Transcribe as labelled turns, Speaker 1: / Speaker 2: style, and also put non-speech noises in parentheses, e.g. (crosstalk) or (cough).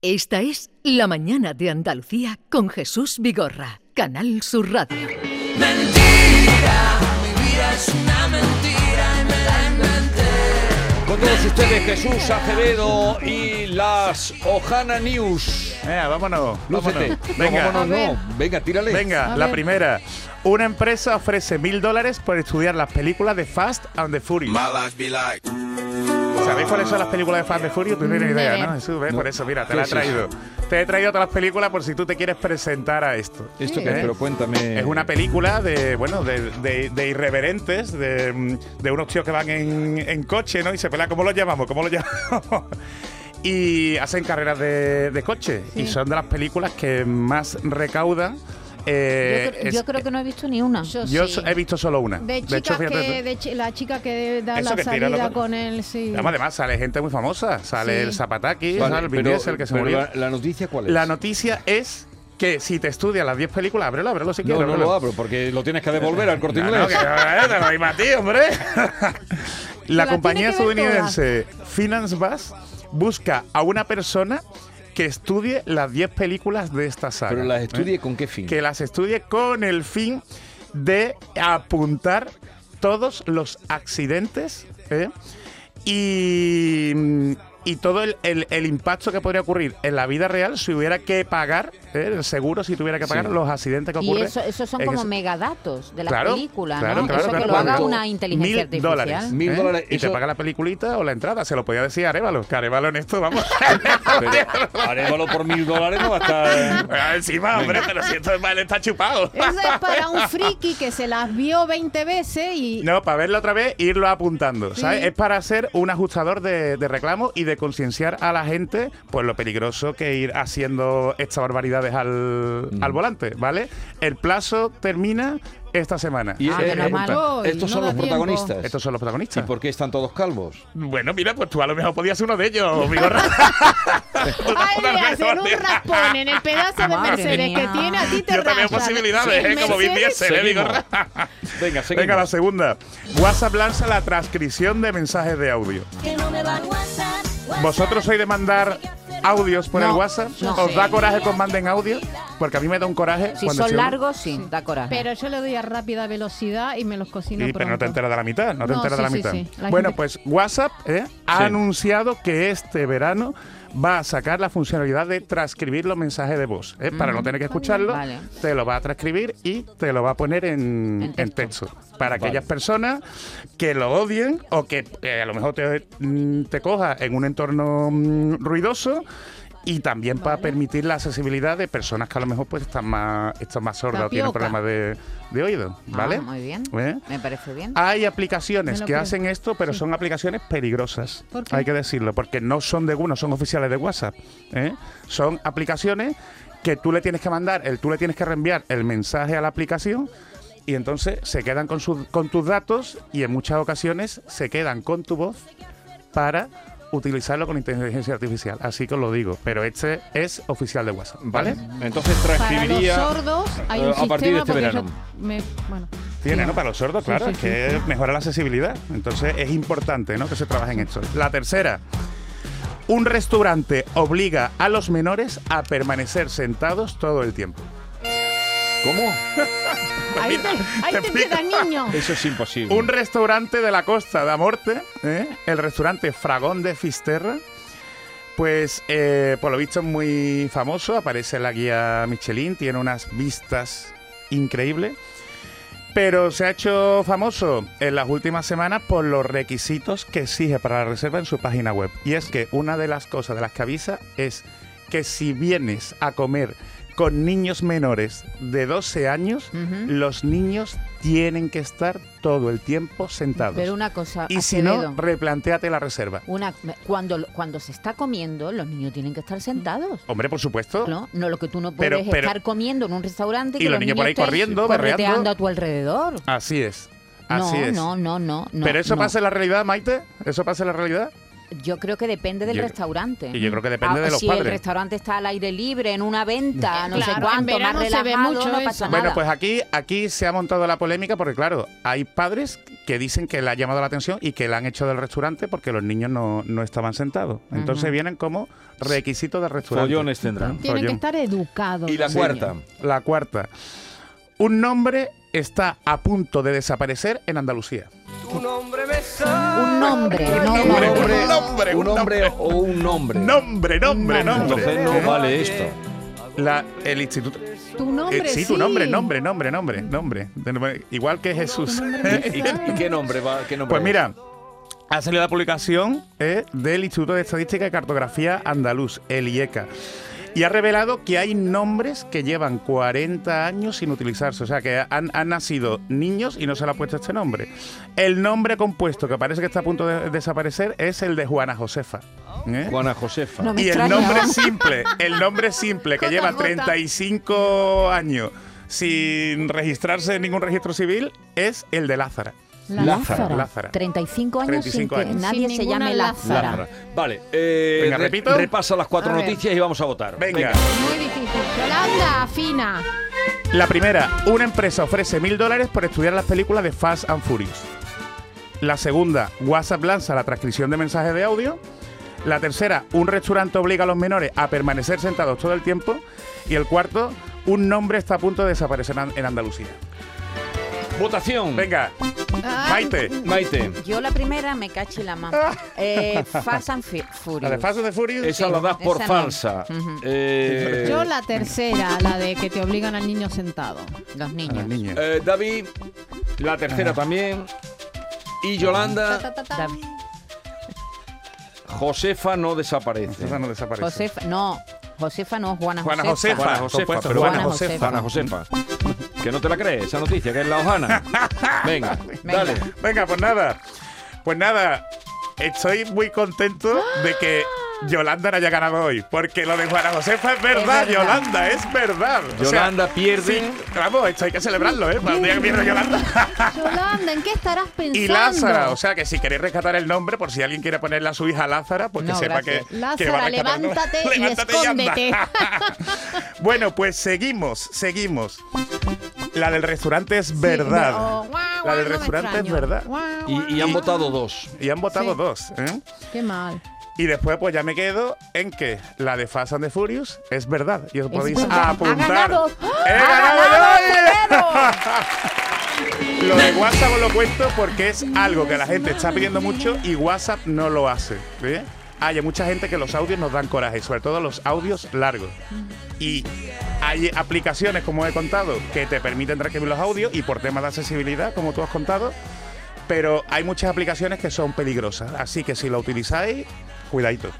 Speaker 1: Esta es La Mañana de Andalucía con Jesús Vigorra, Canal Sur Radio.
Speaker 2: Mentira, mi vida es una mentira y me la inventé.
Speaker 3: Con todos ustedes, Jesús Acevedo y las Ojana News.
Speaker 4: Venga, vámonos.
Speaker 3: Lúcete.
Speaker 4: vámonos.
Speaker 3: No,
Speaker 4: Venga,
Speaker 3: vámonos, no. Venga, tírale.
Speaker 4: venga,
Speaker 5: A
Speaker 4: la
Speaker 5: ver.
Speaker 4: primera. Una empresa ofrece mil dólares por estudiar las películas de Fast and the Furious. ¿Sabéis cuáles son las películas de Fast and the Furious? Tú tienes idea,
Speaker 5: Never.
Speaker 4: ¿no? Jesús, ¿ves? Por eso, mira, te
Speaker 3: Sí,
Speaker 4: la he
Speaker 3: sí,
Speaker 4: traído. Te he traído todas las películas por si tú te quieres presentar a esto.
Speaker 3: ¿Esto qué
Speaker 4: ¿Eh?
Speaker 3: es? Pero cuéntame.
Speaker 4: Es una película de, bueno, de, de- de irreverentes, de, mm, de unos tíos que van en, en coche, ¿no? Y se pelean, ¿cómo lo llamamos? ¿Cómo lo llamamos? (laughs) y hacen carreras de, de coche. Y son de las películas que más recaudan. eh,
Speaker 5: yo, cre- yo
Speaker 4: es-
Speaker 5: creo que no he visto ni una.
Speaker 6: Yo,
Speaker 4: yo
Speaker 6: sí.
Speaker 4: so- he visto solo una.
Speaker 6: de chicas que
Speaker 4: tú-
Speaker 6: de chi- la chica que da
Speaker 4: Eso
Speaker 6: la
Speaker 4: que tira la
Speaker 6: salida
Speaker 4: co-
Speaker 6: con él sí
Speaker 4: Además, además, sale gente muy famosa. Sale
Speaker 6: Sí.
Speaker 4: el Zapataki,
Speaker 3: Vale,
Speaker 4: sale el Vin
Speaker 3: pero-
Speaker 4: Diesel, que se
Speaker 3: pero
Speaker 4: murió.
Speaker 3: La, la noticia cuál es?
Speaker 4: La noticia es que si te estudias las 10 películas, ábrelo, ábrelo si quieres.
Speaker 3: no, no
Speaker 4: ábrelo.
Speaker 3: lo abro porque lo tienes que devolver al corte
Speaker 4: No,
Speaker 3: inglés.
Speaker 4: no, que no, eh, te lo iba a ti,
Speaker 5: (laughs)
Speaker 4: hombre. la
Speaker 6: la
Speaker 4: compañía
Speaker 6: tiene que ver
Speaker 4: estadounidense Finance Bus busca a una persona que estudie las 10 películas de esta saga.
Speaker 3: Pero las estudie
Speaker 4: ¿eh?
Speaker 3: con qué fin.
Speaker 4: Que las estudie con el fin de apuntar todos los accidentes ¿eh? y, y todo el, el- el impacto que podría ocurrir en la vida real si hubiera que pagar, ¿eh? el seguro si tuviera que pagar
Speaker 3: Sí.
Speaker 4: los accidentes que
Speaker 5: y
Speaker 4: ocurren.
Speaker 5: eso, esos son
Speaker 4: en
Speaker 5: como
Speaker 4: ese-
Speaker 5: megadatos de las
Speaker 4: Claro,
Speaker 5: películas,
Speaker 4: claro,
Speaker 5: ¿no?
Speaker 4: claro,
Speaker 5: eso
Speaker 4: claro.
Speaker 5: que lo haga
Speaker 3: ¿Cuánto?
Speaker 5: una inteligencia
Speaker 4: mil
Speaker 5: artificial.
Speaker 4: dólares.
Speaker 3: Mil
Speaker 4: ¿eh?
Speaker 3: dólares,
Speaker 4: Y
Speaker 3: eso-
Speaker 4: te paga la peliculita o la entrada. Se lo podía decir a Arevalo. Que Arevalo en esto, vamos. (laughs)
Speaker 3: (laughs) Pero Arévalo por mil dólares no va a
Speaker 4: (laughs)
Speaker 3: estar.
Speaker 4: Ah, Encima, hombre, pero si esto es mal, está chupado.
Speaker 5: Eh,
Speaker 6: eso es para un friki que se las vio 20 veces y
Speaker 4: (laughs) No, para verlo otra vez, irlo apuntando, ¿sabes?
Speaker 6: Sí.
Speaker 4: Es para ser un ajustador de, de reclamos y de concienciar a la gente, pues lo peligroso que ir haciendo estas barbaridades al, al volante, ¿vale? El plazo termina esta semana.
Speaker 3: Y este,
Speaker 5: Ah, menos mal.
Speaker 6: Hoy,
Speaker 3: estos
Speaker 6: no
Speaker 3: son
Speaker 6: da
Speaker 3: los
Speaker 6: tiempo.
Speaker 3: protagonistas.
Speaker 4: Estos son los
Speaker 3: ¿Y
Speaker 4: protagonistas.
Speaker 3: por qué están todos
Speaker 4: (laughs)
Speaker 3: calvos?
Speaker 4: Bueno, mira, pues tú a lo mejor podías ser uno de ellos,
Speaker 5: (laughs)
Speaker 4: Vigorra.
Speaker 6: ay le hacen un raspón en el pedazo de
Speaker 5: Madre
Speaker 6: Mercedes
Speaker 5: mía.
Speaker 6: que tiene a ti te
Speaker 4: Yo también
Speaker 6: rayan.
Speaker 4: posibilidades,
Speaker 6: Sí,
Speaker 4: ¿eh? Como Vin
Speaker 6: Mercedes,
Speaker 4: Diesel, ¿eh,
Speaker 3: Seguimos.
Speaker 4: Vigorra? (laughs)
Speaker 3: Venga, seguimos.
Speaker 4: Venga, la segunda. WhatsApp lanza la transcripción de mensajes de audio. ¿Vosotros sois de mandar audios por
Speaker 5: No,
Speaker 4: el WhatsApp?
Speaker 5: no.
Speaker 4: ¿Os da coraje que os manden audio? Porque a mí me da un coraje
Speaker 5: Si
Speaker 4: cuando
Speaker 5: son
Speaker 4: estoy-
Speaker 5: largos, sí, da coraje.
Speaker 6: pero yo le doy a rápida velocidad y me los cocino
Speaker 4: Sí, pero no te
Speaker 6: pronto.
Speaker 4: enteras de la mitad, no te
Speaker 6: No,
Speaker 4: enteras
Speaker 6: sí,
Speaker 4: de la
Speaker 6: sí,
Speaker 4: mitad.
Speaker 6: sí. La
Speaker 4: Bueno,
Speaker 6: gente-
Speaker 4: pues WhatsApp ¿eh? ha
Speaker 3: Sí.
Speaker 4: anunciado que este verano va a sacar la funcionalidad de transcribir los mensajes de voz. ¿eh? Para no tener que escucharlo,
Speaker 5: vale.
Speaker 4: te lo va a transcribir y te lo va a poner en,
Speaker 5: En
Speaker 4: en texto. Para aquellas personas que lo odien o que eh, a lo mejor te, mm, te coja en un entorno mm, ruidoso. Y también para permitir la accesibilidad de personas que a lo mejor pues están más, están más sordas o tienen
Speaker 6: Tapioca.
Speaker 4: problemas de, de oído.
Speaker 5: Ah,
Speaker 4: ¿Vale?
Speaker 5: muy bien.
Speaker 4: ¿Eh?
Speaker 5: Me parece bien.
Speaker 4: Hay
Speaker 6: Me
Speaker 4: aplicaciones
Speaker 6: lo
Speaker 4: que
Speaker 6: creo.
Speaker 4: hacen esto, pero son aplicaciones peligrosas.
Speaker 6: ¿Por qué?
Speaker 4: Hay que decirlo, porque no son de uno, son oficiales de WhatsApp. ¿eh? Son aplicaciones que tú le tienes que mandar, el, tú le tienes que reenviar el mensaje a la aplicación y entonces se quedan con, sus- con tus datos y en muchas ocasiones se quedan con tu voz para utilizarlo con inteligencia artificial. Así que os lo digo, pero este es oficial de WhatsApp, ¿vale?
Speaker 3: Entonces
Speaker 6: para los
Speaker 3: transcribiría.
Speaker 6: sordos hay un
Speaker 3: eh, a
Speaker 6: sistema
Speaker 3: partir de este
Speaker 6: porque yo
Speaker 3: verano.
Speaker 6: me- bueno,
Speaker 4: Tiene,
Speaker 6: sí.
Speaker 4: ¿no? Para los sordos, claro,
Speaker 6: sí,
Speaker 4: es que mejora la accesibilidad. Entonces es importante, ¿no? Que se trabaje en esto. La tercera. Un restaurante obliga a los menores a permanecer sentados todo el tiempo.
Speaker 3: ¿Cómo?
Speaker 4: Pues
Speaker 6: ahí
Speaker 4: mira,
Speaker 6: te, ahí
Speaker 4: te
Speaker 6: te
Speaker 4: explico.
Speaker 6: queda
Speaker 4: (laughs)
Speaker 6: niño
Speaker 3: Eso es imposible.
Speaker 4: Un restaurante de la costa de Amorte, ¿eh? el restaurante Fragón de Fisterra, pues eh, por lo visto es muy famoso, aparece en la guía Michelin, tiene unas vistas increíbles, pero se ha hecho famoso en las últimas semanas por los requisitos que exige para la reserva en su página web. Y es que una de las cosas de las que avisa es que si vienes a comer con niños menores de 12 años,
Speaker 5: Ujú.
Speaker 4: los niños tienen que estar todo el tiempo sentados.
Speaker 5: Pero una cosa,
Speaker 4: y si
Speaker 5: Acevedo,
Speaker 4: no, replantéate la reserva.
Speaker 5: una, me- cuando, cuando se está comiendo, los niños tienen que estar sentados.
Speaker 4: Hombre, por supuesto.
Speaker 5: ¿No? no lo que tú no puedes
Speaker 4: Pero-
Speaker 5: es
Speaker 4: pero-
Speaker 5: estar comiendo en un restaurante
Speaker 4: Y
Speaker 5: que
Speaker 4: los niños por ahí
Speaker 5: estén
Speaker 4: corriendo, berreando.
Speaker 5: correteando a tu alrededor.
Speaker 4: Así es. Así
Speaker 5: no,
Speaker 4: es.
Speaker 5: no, no, no, no,
Speaker 4: Pero eso
Speaker 5: no.
Speaker 4: pasa en la realidad, Maite. Eso pasa en la realidad.
Speaker 5: Yo creo que depende del
Speaker 4: Yo-
Speaker 5: restaurante. Ah,
Speaker 4: y yo creo que depende de los
Speaker 5: si
Speaker 4: padres.
Speaker 5: el restaurante está al aire libre, en una venta, no
Speaker 6: Claro,
Speaker 5: sé
Speaker 6: en
Speaker 5: cuánto, más
Speaker 6: verano se ve
Speaker 5: relajado,
Speaker 6: mucho
Speaker 5: no
Speaker 4: pues,
Speaker 6: eso.
Speaker 5: pasa nada.
Speaker 4: Bueno, pues aquí, aquí se ha montado la polémica porque, claro, hay padres que dicen que le ha llamado la atención y que la han hecho del restaurante porque los niños no, no estaban sentados. Entonces vienen como requisitos del restaurante.
Speaker 3: Follones tendrán.
Speaker 6: Tienen que
Speaker 4: Follón.
Speaker 6: estar educados.
Speaker 3: Y la
Speaker 6: los
Speaker 3: cuarta.
Speaker 6: niños.
Speaker 4: La cuarta. Un nombre está a punto de desaparecer en Andalucía.
Speaker 2: Tu nombre me sale.
Speaker 5: Un nombre, no
Speaker 4: Un
Speaker 5: un
Speaker 4: nombre,
Speaker 5: nombre.
Speaker 4: un nombre,
Speaker 3: un
Speaker 4: un
Speaker 3: hombre o un nombre.
Speaker 4: Nombre, nombre, nombre.
Speaker 3: Entonces no
Speaker 4: ¿Eh?
Speaker 3: vale esto.
Speaker 4: La- el instituto.
Speaker 6: Tu nombre,
Speaker 4: Eh, sí, tu nombre, nombre, nombre, nombre, nombre. De nombre- Igual que Jesús.
Speaker 3: ¿Y qué, y qué nombre va? ¿Qué nombre
Speaker 4: (laughs) Pues
Speaker 3: es?
Speaker 4: mira, ha salido la publicación eh, del Instituto de Estadística y Cartografía Andaluz, el IECA. Y ha revelado que hay nombres que llevan 40 años sin utilizarse. O sea, que han, han nacido niños y no se le ha puesto este nombre. El nombre compuesto que parece que está a punto de desaparecer es el de Juana Josefa. ¿eh?
Speaker 3: Juana Josefa.
Speaker 5: No me
Speaker 4: Y el
Speaker 5: extraña.
Speaker 4: nombre simple, el nombre simple que lleva 35 años sin registrarse en ningún registro civil es el de Lázara.
Speaker 5: La
Speaker 3: Lázara,
Speaker 5: Lázara.
Speaker 4: Lázara.
Speaker 5: 35 años
Speaker 4: 35
Speaker 5: sin que
Speaker 4: años.
Speaker 5: nadie
Speaker 6: Sin
Speaker 5: se
Speaker 6: ninguna
Speaker 5: llame Lázara.
Speaker 6: Lázara.
Speaker 3: Lázara. Vale, eh,
Speaker 4: Venga,
Speaker 3: re-
Speaker 4: repito.
Speaker 3: repasa las cuatro
Speaker 6: A ver.
Speaker 3: noticias y vamos a votar.
Speaker 4: Venga.
Speaker 6: Muy difícil. Yolanda, afina.
Speaker 4: La primera, una empresa ofrece mil dólares por estudiar las películas de Fast and Furious. La segunda, WhatsApp lanza la transcripción de mensajes de audio. La tercera, un restaurante obliga a los menores a permanecer sentados todo el tiempo. Y el cuarto, un nombre está a punto de desaparecer en- en Andalucía.
Speaker 3: Votación.
Speaker 4: Venga, Maite,
Speaker 3: Maite.
Speaker 5: Yo la primera me caché la
Speaker 4: (laughs)
Speaker 5: mano. Eh, Fast and Fu-
Speaker 4: la
Speaker 5: Furious.
Speaker 4: de Fast and Furious.
Speaker 3: Esa la das por
Speaker 5: esa no.
Speaker 3: falsa. Eh,
Speaker 6: Yo la tercera, la de que te obligan al
Speaker 4: (laughs)
Speaker 6: niño sentado.
Speaker 5: Los
Speaker 4: A
Speaker 5: niños.
Speaker 4: los niños.
Speaker 3: eh, David, la tercera también. Y Yolanda,
Speaker 5: Da-
Speaker 3: Josefa no desaparece.
Speaker 4: Esa no desaparece.
Speaker 5: Josefa, no, Josefa no, Juana,
Speaker 4: Juana
Speaker 5: Josefa.
Speaker 4: Josefa.
Speaker 3: Juana Josefa,
Speaker 4: compuesto,
Speaker 3: pero
Speaker 4: Juana
Speaker 3: bueno,
Speaker 5: Josefa.
Speaker 3: Juana Josefa. Que no te la crees, esa noticia, que es la Ojana. Venga, dale.
Speaker 4: Venga, pues nada. Pues nada, estoy muy contento de que Yolanda no haya ganado hoy. Porque lo de Juana Josefa es verdad,
Speaker 5: verdad.
Speaker 4: Yolanda, es verdad. O sea,
Speaker 3: Yolanda pierde.
Speaker 4: sí, vamos, esto hay que celebrarlo, ¿eh? Para el día que pierda Yolanda.
Speaker 6: Yolanda, ¿en qué estarás pensando?
Speaker 4: Y Lázara, o sea que si queréis rescatar el nombre, por si alguien quiere ponerle a su hija Lázara, pues que
Speaker 5: No,
Speaker 4: sepa que,
Speaker 5: gracias.
Speaker 4: que
Speaker 6: Lázara,
Speaker 4: va a rescatar el nombre.
Speaker 6: levántate y escóndete.
Speaker 4: anda. (laughs) bueno, pues seguimos, seguimos. La del restaurante es verdad.
Speaker 6: Oh, guau,
Speaker 4: La
Speaker 6: guau,
Speaker 4: del
Speaker 6: no me
Speaker 4: restaurante es
Speaker 6: extraño.
Speaker 4: verdad.
Speaker 6: Guau, guau,
Speaker 3: Y, y han
Speaker 6: guau.
Speaker 3: votado dos.
Speaker 4: Y han votado
Speaker 6: Sí.
Speaker 4: dos. ¿eh?
Speaker 6: Qué mal.
Speaker 4: Y después, pues ya me quedo en que la de Fast and the Furious es verdad. Y os podéis
Speaker 6: verdad. Ha
Speaker 4: apuntar.
Speaker 6: ganado.
Speaker 4: ¡He
Speaker 6: ¡Ha
Speaker 4: ganado
Speaker 6: ganado,
Speaker 4: yo! Lo de WhatsApp os lo cuento porque es algo que la gente está pidiendo mucho y WhatsApp no lo hace. ¿eh? Hay mucha gente que los audios nos dan coraje, sobre todo los audios largos. Y hay aplicaciones, como he contado, que te permiten transcribir los audios y por temas de accesibilidad, como tú has contado, pero hay muchas aplicaciones que son peligrosas. Así que si lo utilizáis, cuidadito.